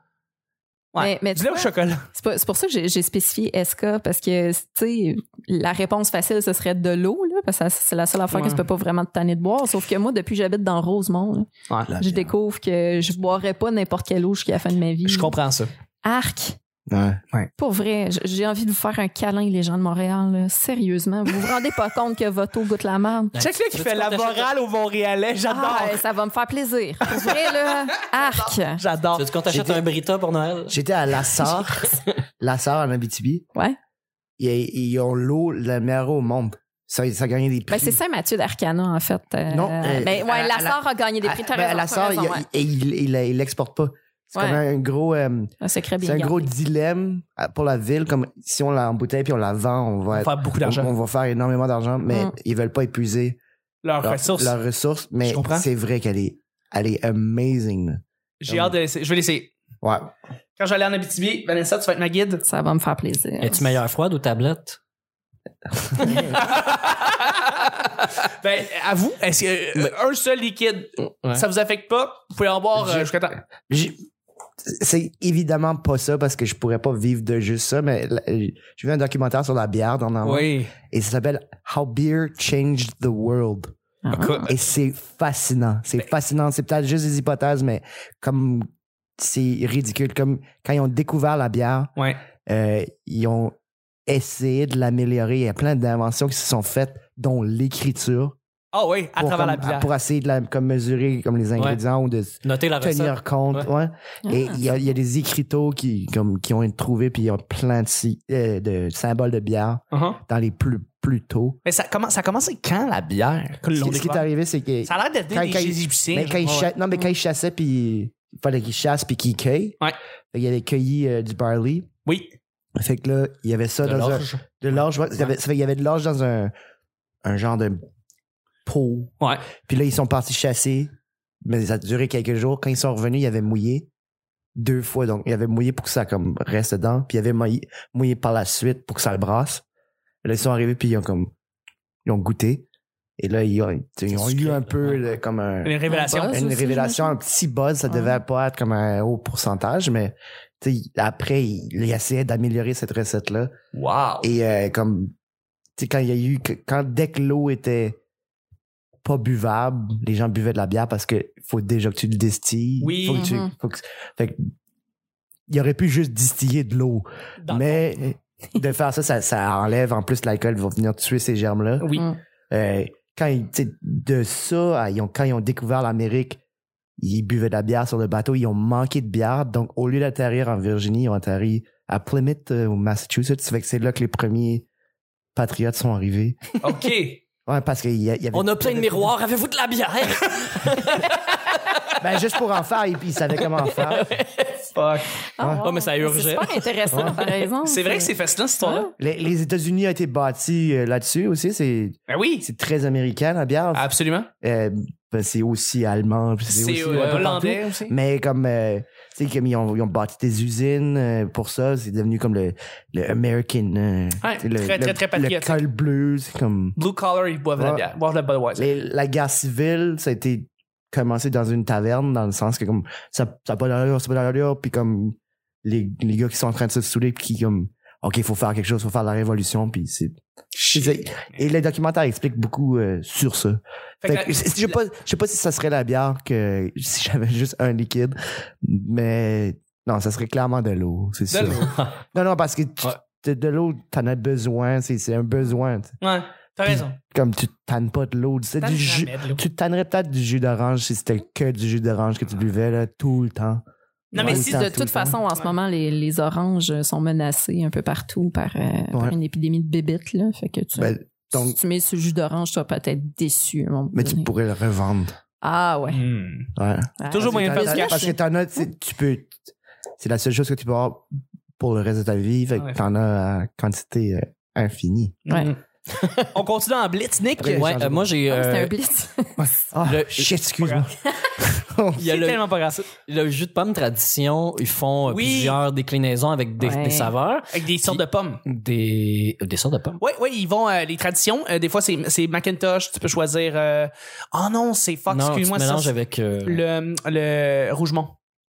[SPEAKER 1] Ouais.
[SPEAKER 4] Mais- mais
[SPEAKER 1] du
[SPEAKER 4] tu
[SPEAKER 1] lait au
[SPEAKER 4] vois-
[SPEAKER 1] chocolat.
[SPEAKER 4] C'est pas- c'est pour ça que j'ai j'ai spécifié SK parce que, tu sais, la réponse facile, ce serait de l'eau, là, parce que c'est la seule affaire
[SPEAKER 1] Ouais.
[SPEAKER 4] que tu peux pas vraiment te tanner de boire. Sauf que moi, depuis que j'habite dans Rosemont,
[SPEAKER 1] Ouais.
[SPEAKER 2] Ah,
[SPEAKER 4] là, je découvre que je boirais pas n'importe quelle eau jusqu'à la fin de ma vie.
[SPEAKER 1] Je comprends ça.
[SPEAKER 4] Arc!
[SPEAKER 2] Ouais.
[SPEAKER 4] Pour vrai, j- j'ai envie de vous faire un câlin, les gens de Montréal. là. Sérieusement, vous vous rendez pas compte que votre eau goûte la merde?
[SPEAKER 1] Check là qui
[SPEAKER 3] Veux-tu
[SPEAKER 1] fait
[SPEAKER 3] qu'on
[SPEAKER 1] la
[SPEAKER 3] t'achète-
[SPEAKER 1] morale au Montréalais. J'adore.
[SPEAKER 4] Ah, ça va me faire plaisir. Pour vrai, là, arc!
[SPEAKER 1] J'adore.
[SPEAKER 3] Tu veux qu'on t'achète
[SPEAKER 2] J'étais-
[SPEAKER 3] un Brita pour Noël?
[SPEAKER 2] J'étais à La Sarre, La Sarre en Abitibi.
[SPEAKER 4] Ouais.
[SPEAKER 2] Ils, ils ont l'eau la meilleure au monde. Ça, ça a gagné des prix.
[SPEAKER 4] Ben, c'est Saint-Mathieu d'Arcana, en fait. Euh,
[SPEAKER 2] Non, euh,
[SPEAKER 4] ben, ouais,
[SPEAKER 2] à- à
[SPEAKER 4] la
[SPEAKER 2] la-
[SPEAKER 4] Sarre a gagné des
[SPEAKER 2] Ah,
[SPEAKER 4] prix. t'as
[SPEAKER 2] ben,
[SPEAKER 4] raison,
[SPEAKER 2] à La
[SPEAKER 4] t'as
[SPEAKER 2] Sarre,
[SPEAKER 4] raison,
[SPEAKER 2] il-
[SPEAKER 4] ouais.
[SPEAKER 2] il- et il il- il l'exporte pas. C'est
[SPEAKER 4] Ouais.
[SPEAKER 2] comme un gros, euh,
[SPEAKER 4] Un secret bien
[SPEAKER 2] c'est un gros
[SPEAKER 4] gardé.
[SPEAKER 2] dilemme euh, pour la ville. Comme si on la embouteille puis on la vend, on va, être-
[SPEAKER 1] Faire beaucoup
[SPEAKER 2] on,
[SPEAKER 1] d'argent.
[SPEAKER 2] on va faire énormément d'argent, mais
[SPEAKER 4] Mm.
[SPEAKER 2] ils veulent pas épuiser
[SPEAKER 1] Leurs
[SPEAKER 2] leurs
[SPEAKER 1] ressources.
[SPEAKER 2] leurs ressources. Mais
[SPEAKER 1] Je comprends.
[SPEAKER 2] c'est vrai qu'elle est, elle est amazing. là.
[SPEAKER 1] J'ai hâte de l'essayer. Je vais l'essayer.
[SPEAKER 2] Ouais.
[SPEAKER 1] Quand j'allais en Abitibi, Vanessa, tu vas être ma guide.
[SPEAKER 4] Ça va me faire plaisir.
[SPEAKER 3] Es-tu meilleure froide ou tablette?
[SPEAKER 1] ben, à vous, est-ce que euh, un seul liquide,
[SPEAKER 3] Ouais.
[SPEAKER 1] ça vous affecte pas? Vous pouvez en boire euh,
[SPEAKER 2] J'ai-
[SPEAKER 1] jusqu'à temps.
[SPEAKER 2] J'ai- C'est évidemment pas ça parce que je pourrais pas vivre de juste ça, mais la- j'ai vu un documentaire sur la bière dans
[SPEAKER 3] Ah
[SPEAKER 2] le
[SPEAKER 1] Oui.
[SPEAKER 2] et ça s'appelle How Beer Changed the World.
[SPEAKER 4] Ah,
[SPEAKER 2] Et c'est fascinant. C'est fascinant. C'est peut-être juste des hypothèses, mais comme c'est ridicule. Comme quand ils ont découvert la bière,
[SPEAKER 1] Ouais.
[SPEAKER 2] euh, ils ont essayé de l'améliorer. Il y a plein d'inventions qui se sont faites, dont l'écriture.
[SPEAKER 1] Ah oui, à
[SPEAKER 2] pour
[SPEAKER 1] travers la
[SPEAKER 2] comme-
[SPEAKER 1] bière.
[SPEAKER 2] Pour essayer de la, comme mesurer comme les ingrédients ou de
[SPEAKER 3] Notez la recette.
[SPEAKER 2] tenir compte.
[SPEAKER 3] Ouais.
[SPEAKER 2] ouais.
[SPEAKER 4] Ah.
[SPEAKER 2] Et il y, a- il y a des écriteaux qui, comme, qui ont été trouvés, puis il y a plein de, si- euh, de symboles de bière
[SPEAKER 1] Uh-huh.
[SPEAKER 2] dans les plus, plus tôt.
[SPEAKER 1] Mais ça, commence ça a commencé quand la bière? Que
[SPEAKER 2] Ce
[SPEAKER 1] l'on
[SPEAKER 2] qui- ce qui est
[SPEAKER 1] découvre?
[SPEAKER 2] arrivé, c'est que.
[SPEAKER 1] Ça a l'air d'être
[SPEAKER 2] Quand-
[SPEAKER 1] des
[SPEAKER 2] quand
[SPEAKER 1] des
[SPEAKER 2] il-
[SPEAKER 1] Égyptiens.
[SPEAKER 2] Mais quand ils
[SPEAKER 1] genre.
[SPEAKER 2] cha- Non, mais quand ils chassaient, puis il fallait qu'ils chassent, puis qu'ils cueillent.
[SPEAKER 1] Ouais.
[SPEAKER 2] Fait qu'ils avaient cueilli euh, du barley.
[SPEAKER 1] Oui.
[SPEAKER 2] Fait que là, il y avait ça
[SPEAKER 3] de
[SPEAKER 2] dans un.
[SPEAKER 3] l'orge.
[SPEAKER 2] De l'orge, ouais, il y avait- ça fait qu'il y avait de l'orge dans un, un genre de pot.
[SPEAKER 1] Ouais.
[SPEAKER 2] Puis là, ils sont partis chasser, mais ça a duré quelques jours. Quand ils sont revenus, il avait mouillé deux fois. Donc, il avait mouillé pour que ça comme reste dedans, puis il avait mouillé, mouillé par la suite pour que ça le brasse. Là, ils sont arrivés, puis ils ont comme. Ils ont goûté. Et là, ils ont, tu sais, ils ont
[SPEAKER 3] C'est
[SPEAKER 2] eu un
[SPEAKER 3] sucré,
[SPEAKER 2] peu
[SPEAKER 3] ouais.
[SPEAKER 2] le- comme un
[SPEAKER 1] Une révélation.
[SPEAKER 4] Ah, bah.
[SPEAKER 2] une
[SPEAKER 4] aussi,
[SPEAKER 2] révélation, un
[SPEAKER 4] j'imagine.
[SPEAKER 2] petit buzz, ça
[SPEAKER 4] Ouais.
[SPEAKER 2] devait pas être comme un haut pourcentage, mais tu sais, après, il, il essayait d'améliorer cette recette-là.
[SPEAKER 1] Wow.
[SPEAKER 2] Et euh, comme, tu sais, quand il y a eu, quand dès que l'eau était pas buvable, les gens buvaient de la bière parce que faut déjà que tu le distilles.
[SPEAKER 1] Oui.
[SPEAKER 2] Faut que tu-
[SPEAKER 4] Mhm.
[SPEAKER 2] faut que- fait que, il aurait pu juste distiller de l'eau.
[SPEAKER 1] Dans-
[SPEAKER 2] Mais de faire ça, ça, ça enlève en plus l'alcool, va venir tuer ces germes-là.
[SPEAKER 1] Oui.
[SPEAKER 4] Mm.
[SPEAKER 2] Euh, quand ils, tu sais, de ça, à- ils ont- quand ils ont découvert l'Amérique, ils buvaient de la bière sur le bateau, ils ont manqué de bière. Donc, au lieu d'atterrir en Virginie, ils ont atterri à Plymouth, euh, au Massachusetts. Ça fait que c'est là que les premiers patriotes sont arrivés.
[SPEAKER 1] OK.
[SPEAKER 2] Ouais, parce qu'il y, a- il y avait.
[SPEAKER 3] On a plein de miroirs. Avez-vous de la bière?
[SPEAKER 2] Ben, juste pour en faire, ils, ils savaient comment en faire.
[SPEAKER 1] Fuck.
[SPEAKER 4] Ah,
[SPEAKER 2] Ouais.
[SPEAKER 4] wow.
[SPEAKER 3] Ouais, mais ça urgeait.
[SPEAKER 4] C'est super intéressant, par exemple.
[SPEAKER 1] C'est vrai que c'est fascinant, cette histoire-là.
[SPEAKER 2] Les, les États-Unis ont été bâtis euh, là-dessus aussi. C'est
[SPEAKER 1] Ben oui.
[SPEAKER 2] c'est très américain, la bière.
[SPEAKER 1] Absolument.
[SPEAKER 2] Euh, ben, c'est aussi allemand. puis
[SPEAKER 1] Ah. C'est
[SPEAKER 2] aussi,
[SPEAKER 1] euh,
[SPEAKER 2] un peu partout.
[SPEAKER 1] hollandais aussi.
[SPEAKER 2] Mais comme, euh, tu sais, comme ils ont, ils ont bâti des usines euh, pour ça, c'est devenu comme le, le American. euh,
[SPEAKER 1] Ouais,
[SPEAKER 2] tu sais, le,
[SPEAKER 1] très, très,
[SPEAKER 2] le-
[SPEAKER 1] très
[SPEAKER 2] Le
[SPEAKER 1] patriotique.
[SPEAKER 2] col bleu, c'est comme.
[SPEAKER 1] Blue collar, ils boivent de la
[SPEAKER 2] Ouais.
[SPEAKER 1] bière. Boivent de la Budweiser.
[SPEAKER 2] les- la guerre civile, ça a été commencé dans une taverne, dans le sens que comme, ça n'a pas d'allure, ça n'a pas d'allure, puis comme, les, les gars qui sont en train de se saouler, puis qui, comme, OK, faut faire quelque chose, faut faire la révolution, puis c'est.
[SPEAKER 1] Shit.
[SPEAKER 2] Et le documentaire explique beaucoup euh, sur ça.
[SPEAKER 1] Fait
[SPEAKER 2] Fait
[SPEAKER 1] que
[SPEAKER 2] que,
[SPEAKER 1] la-
[SPEAKER 2] je sais pas, je sais pas si ça serait la bière que si j'avais juste un liquide, mais non, ça serait clairement de l'eau, c'est sûr.
[SPEAKER 1] De l'eau.
[SPEAKER 2] Non, non, parce que tu-
[SPEAKER 3] Ouais.
[SPEAKER 2] t'as de l'eau, t'en as besoin, c'est c'est un besoin. tu sais.
[SPEAKER 1] Ouais. T'as raison.
[SPEAKER 2] Comme tu tannes pas de l'eau, tu sais, du jus. Tu tannerais peut-être du jus d'orange si c'était que du jus d'orange que tu buvais là, tout le temps.
[SPEAKER 1] Non,
[SPEAKER 2] Tout
[SPEAKER 1] mais
[SPEAKER 2] le
[SPEAKER 1] si
[SPEAKER 2] temps,
[SPEAKER 4] de
[SPEAKER 2] tout le
[SPEAKER 4] toute
[SPEAKER 2] temps.
[SPEAKER 4] façon, en ce
[SPEAKER 1] Ouais.
[SPEAKER 4] moment, les, les oranges sont menacées un peu partout par, euh, par une épidémie de bébites. Là. Fait que tu,
[SPEAKER 2] Ben,
[SPEAKER 4] si
[SPEAKER 2] donc,
[SPEAKER 4] tu mets ce jus d'orange, tu vas peut-être déçu. à un moment
[SPEAKER 2] mais tu
[SPEAKER 4] donné.
[SPEAKER 2] pourrais le revendre.
[SPEAKER 4] Ah ouais.
[SPEAKER 1] Hmm.
[SPEAKER 2] Ouais.
[SPEAKER 4] Ah,
[SPEAKER 1] Toujours moyen de
[SPEAKER 2] Parce
[SPEAKER 1] faire du
[SPEAKER 2] que-
[SPEAKER 1] cash.
[SPEAKER 2] Parce que t'en as, tu sais, tu peux. C'est la seule chose que tu peux avoir pour le reste de ta vie. Fait
[SPEAKER 1] Ouais.
[SPEAKER 2] que t'en as à quantité euh, infinie.
[SPEAKER 4] Ouais.
[SPEAKER 1] Hmm. On continue en blitz, Nick.
[SPEAKER 2] Après,
[SPEAKER 3] Ouais,
[SPEAKER 2] changer
[SPEAKER 3] euh, moi, j'ai.
[SPEAKER 4] Ah, C'était
[SPEAKER 3] euh,
[SPEAKER 4] un blitz.
[SPEAKER 2] Ah,
[SPEAKER 3] Le-
[SPEAKER 2] shit, excuse-moi.
[SPEAKER 3] il y a
[SPEAKER 1] C'est
[SPEAKER 3] le,
[SPEAKER 1] tellement pas grave. ça.
[SPEAKER 3] le jus de pomme tradition. Ils font euh,
[SPEAKER 1] Oui.
[SPEAKER 3] plusieurs déclinaisons avec des,
[SPEAKER 4] Ouais.
[SPEAKER 3] des saveurs.
[SPEAKER 1] Avec des sortes de pommes.
[SPEAKER 3] Des, des sortes de pommes.
[SPEAKER 1] Oui, oui, ils vont euh, les traditions. euh, des fois, c'est c'est Macintosh. Tu peux choisir. euh, Oh non, c'est Fox.
[SPEAKER 3] non, tu
[SPEAKER 1] Excuse-moi. ça,
[SPEAKER 3] mélanges
[SPEAKER 1] c'est
[SPEAKER 3] avec. euh,
[SPEAKER 1] Le, le Rougemont.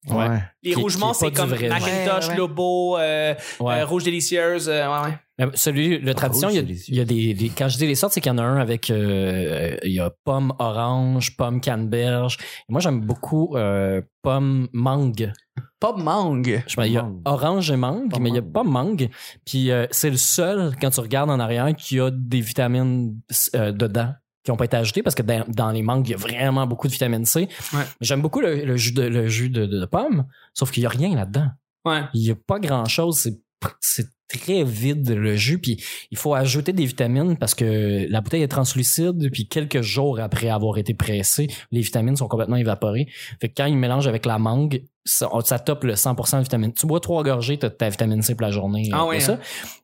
[SPEAKER 3] Ouais.
[SPEAKER 1] Les
[SPEAKER 3] Qui-
[SPEAKER 1] Rougemont,
[SPEAKER 3] qui est pas
[SPEAKER 1] c'est comme
[SPEAKER 3] du vrai
[SPEAKER 1] Macintosh,
[SPEAKER 4] Ouais, ouais.
[SPEAKER 1] Lobo, euh,
[SPEAKER 3] ouais.
[SPEAKER 1] euh, Rouge Délicieuse. euh, ouais, ouais.
[SPEAKER 3] Euh, Celui, le tradition, il y a,
[SPEAKER 2] c'est
[SPEAKER 3] il y a des, des- Quand je dis les sortes, c'est qu'il y en a un avec. euh, il y a pomme orange, pomme canneberge. Et moi, j'aime beaucoup euh, pomme mangue.
[SPEAKER 1] Pas mangue.
[SPEAKER 3] Je sais pas, il y a
[SPEAKER 2] Mangue.
[SPEAKER 3] orange et mangue,
[SPEAKER 2] Pas
[SPEAKER 3] mais il y a
[SPEAKER 2] mangue.
[SPEAKER 3] pas mangue. Puis euh, c'est le seul, quand tu regardes en arrière, qui a des vitamines euh, dedans qui ont pas été ajoutées parce que dans, dans les mangues, il y a vraiment beaucoup de vitamine C.
[SPEAKER 1] Ouais.
[SPEAKER 3] J'aime beaucoup le, le jus, de, le jus de, de- de pomme, sauf qu'il y a rien là-dedans.
[SPEAKER 1] Ouais.
[SPEAKER 3] Il n'y a pas grand-chose. C'est, c'est très vide le jus. Puis il faut ajouter des vitamines parce que la bouteille est translucide. Puis quelques jours après avoir été pressée, les vitamines sont complètement évaporées. Fait que quand ils mélangent avec la mangue, ça, ça top le 100% de vitamine. Tu bois trois gorgées, t'as ta vitamine C pour la journée.
[SPEAKER 1] Ah
[SPEAKER 3] euh,
[SPEAKER 1] ouais,
[SPEAKER 3] de
[SPEAKER 1] hein.
[SPEAKER 3] ça.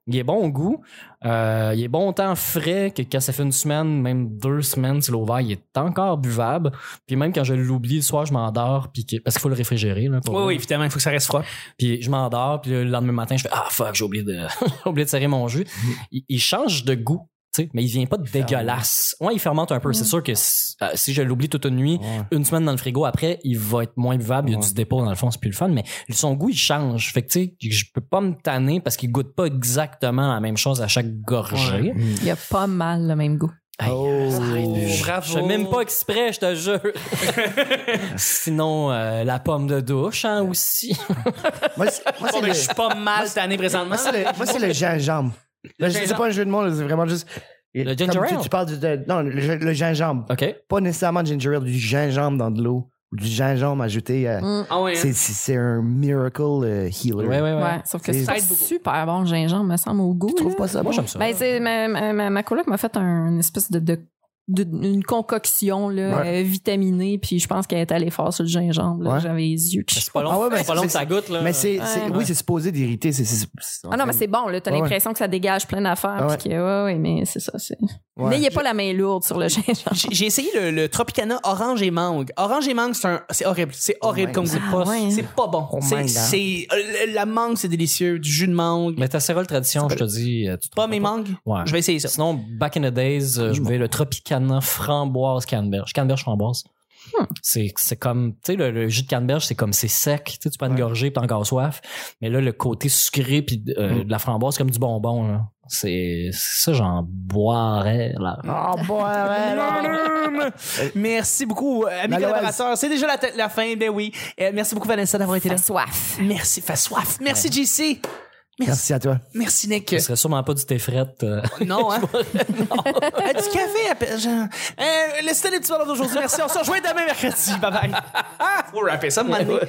[SPEAKER 3] Il est bon au goût. Euh, il est bon autant frais que quand ça fait une semaine, même deux semaines, c'est l'ouvert, il est encore buvable. Puis même quand je l'oublie le soir, je m'endors. Puis que- parce qu'il faut le réfrigérer. Là, pour
[SPEAKER 1] Oui,
[SPEAKER 3] vrai.
[SPEAKER 1] oui, évidemment, il faut que ça reste froid.
[SPEAKER 3] Puis je m'endors, puis le lendemain matin, je fais Ah fuck, j'ai oublié de, j'ai oublié de serrer mon jus. Il, il change de goût, tu sais, mais il vient pas de dégueulasse. Ouais, il fermente un peu. C'est sûr que si, euh, si je l'oublie toute une nuit, une semaine dans le frigo après, il va être moins buvable. Il y a
[SPEAKER 2] Ouais.
[SPEAKER 3] du dépôt dans le fond, c'est plus le fun, mais son goût, il change. Fait que tu sais, je peux pas me tanner parce qu'il goûte pas exactement la même chose à chaque
[SPEAKER 1] Mm.
[SPEAKER 3] gorgée.
[SPEAKER 4] Il y a pas mal le même goût.
[SPEAKER 3] Aïe,
[SPEAKER 2] Oh.
[SPEAKER 3] ça arrête de-
[SPEAKER 1] Bravo.
[SPEAKER 3] Je fais même pas exprès, je te jure. Sinon, euh, la pomme de douche hein, aussi.
[SPEAKER 2] Moi, c'est
[SPEAKER 1] Bon,
[SPEAKER 2] moi, c'est
[SPEAKER 1] ben,
[SPEAKER 2] le,
[SPEAKER 1] je suis pas mal cette année présentement.
[SPEAKER 2] moi, c'est le- moi, c'est le gingembre. Là, je- c'est
[SPEAKER 1] gingembre.
[SPEAKER 2] pas un jeu de mots, là, c'est vraiment juste.
[SPEAKER 3] Le
[SPEAKER 2] comme
[SPEAKER 3] ginger
[SPEAKER 2] tu,
[SPEAKER 3] ale.
[SPEAKER 2] tu parles du, de- non, le, le gingembre.
[SPEAKER 3] OK.
[SPEAKER 2] Pas nécessairement du ginger ale, du gingembre dans de l'eau. ou Du gingembre ajouté. euh,
[SPEAKER 4] Mm.
[SPEAKER 1] Ah ouais, hein.
[SPEAKER 2] c'est- C'est c'est un miracle euh, healer.
[SPEAKER 3] Ouais, ouais, ouais.
[SPEAKER 4] Ouais, sauf que
[SPEAKER 2] C'est-
[SPEAKER 4] c'est pas
[SPEAKER 1] Ça aide beaucoup.
[SPEAKER 4] super bon gingembre, me semble, au goût.
[SPEAKER 2] Tu trouves
[SPEAKER 4] là.
[SPEAKER 2] pas ça?
[SPEAKER 3] Moi,
[SPEAKER 2] bon?
[SPEAKER 3] j'aime ça.
[SPEAKER 4] Ben, c'est ma, ma, ma- ma coloc m'a fait un une espèce de, de d'une- une concoction là, euh, vitaminée, puis je pense qu'elle est allée fort sur le gingembre. là.
[SPEAKER 2] Ouais.
[SPEAKER 4] J'avais les yeux. qui-
[SPEAKER 3] C'est pas long,
[SPEAKER 2] Ah ouais, mais
[SPEAKER 3] c'est pas long
[SPEAKER 2] c'est-
[SPEAKER 3] que ça goûte, là.
[SPEAKER 2] Mais c'est, c'est-
[SPEAKER 4] Ouais.
[SPEAKER 2] oui, c'est supposé d'irriter. c'est- c'est-
[SPEAKER 4] Ah non, mais c'est bon, là. T'as
[SPEAKER 2] Ouais, ouais.
[SPEAKER 4] l'impression que ça dégage plein d'affaires.
[SPEAKER 2] Ah
[SPEAKER 4] puis que, ouais, ouais, mais c'est ça. c'est-
[SPEAKER 2] Ouais.
[SPEAKER 4] Mais il n'y a pas la main lourde sur le gingembre.
[SPEAKER 1] J'ai j'ai essayé le, le Tropicana orange et mangue. Orange et mangue, c'est un- c'est horrible. C'est horrible
[SPEAKER 2] my
[SPEAKER 1] comme
[SPEAKER 2] God.
[SPEAKER 1] goût de poste.
[SPEAKER 4] Ah ouais.
[SPEAKER 1] C'est pas bon.
[SPEAKER 2] Oh
[SPEAKER 1] c'est,
[SPEAKER 2] my God.
[SPEAKER 1] c'est- euh, la mangue, c'est délicieux. Du jus de mangue.
[SPEAKER 3] Mais ta céréale tradition, je te dis. euh, tu te
[SPEAKER 1] Pomme et
[SPEAKER 3] tromperas
[SPEAKER 1] mangue.
[SPEAKER 3] pas. Ouais.
[SPEAKER 1] Je vais essayer ça.
[SPEAKER 3] Sinon, back in the days, euh, je buvais le Tropicana framboise canneberge. Canneberge framboise.
[SPEAKER 2] Hmm.
[SPEAKER 3] C'est c'est comme, tu sais, le, le jus de canneberge, c'est comme c'est sec. Tu sais, tu peux en
[SPEAKER 2] Ouais.
[SPEAKER 3] gorger puis t'as encore soif. Mais là, le côté sucré puis
[SPEAKER 2] Hmm.
[SPEAKER 3] euh, de la framboise, c'est comme du bonbon, là. C'est c'est ça, j'en boirais, là.
[SPEAKER 4] Oh,
[SPEAKER 2] Ah, bon, ouais, ouais, ouais.
[SPEAKER 1] Merci beaucoup, euh, amis
[SPEAKER 2] Malheureuse.
[SPEAKER 1] collaborateurs. C'est déjà la, te- la fin, ben oui. Euh, merci beaucoup, Vanessa, d'avoir été là.
[SPEAKER 4] T'as soif.
[SPEAKER 1] Merci, fait soif. Merci, JC.
[SPEAKER 2] Merci à toi.
[SPEAKER 1] Merci, Nick.
[SPEAKER 3] Ce serait sûrement pas du thé frette. euh.
[SPEAKER 1] Non, hein? Euh, du café, à... genre, euh, laissez les petits bonheurs d'aujourd'hui. Merci. On se rejoint demain mercredi. Bye bye. Ah, faut rapper ça, man.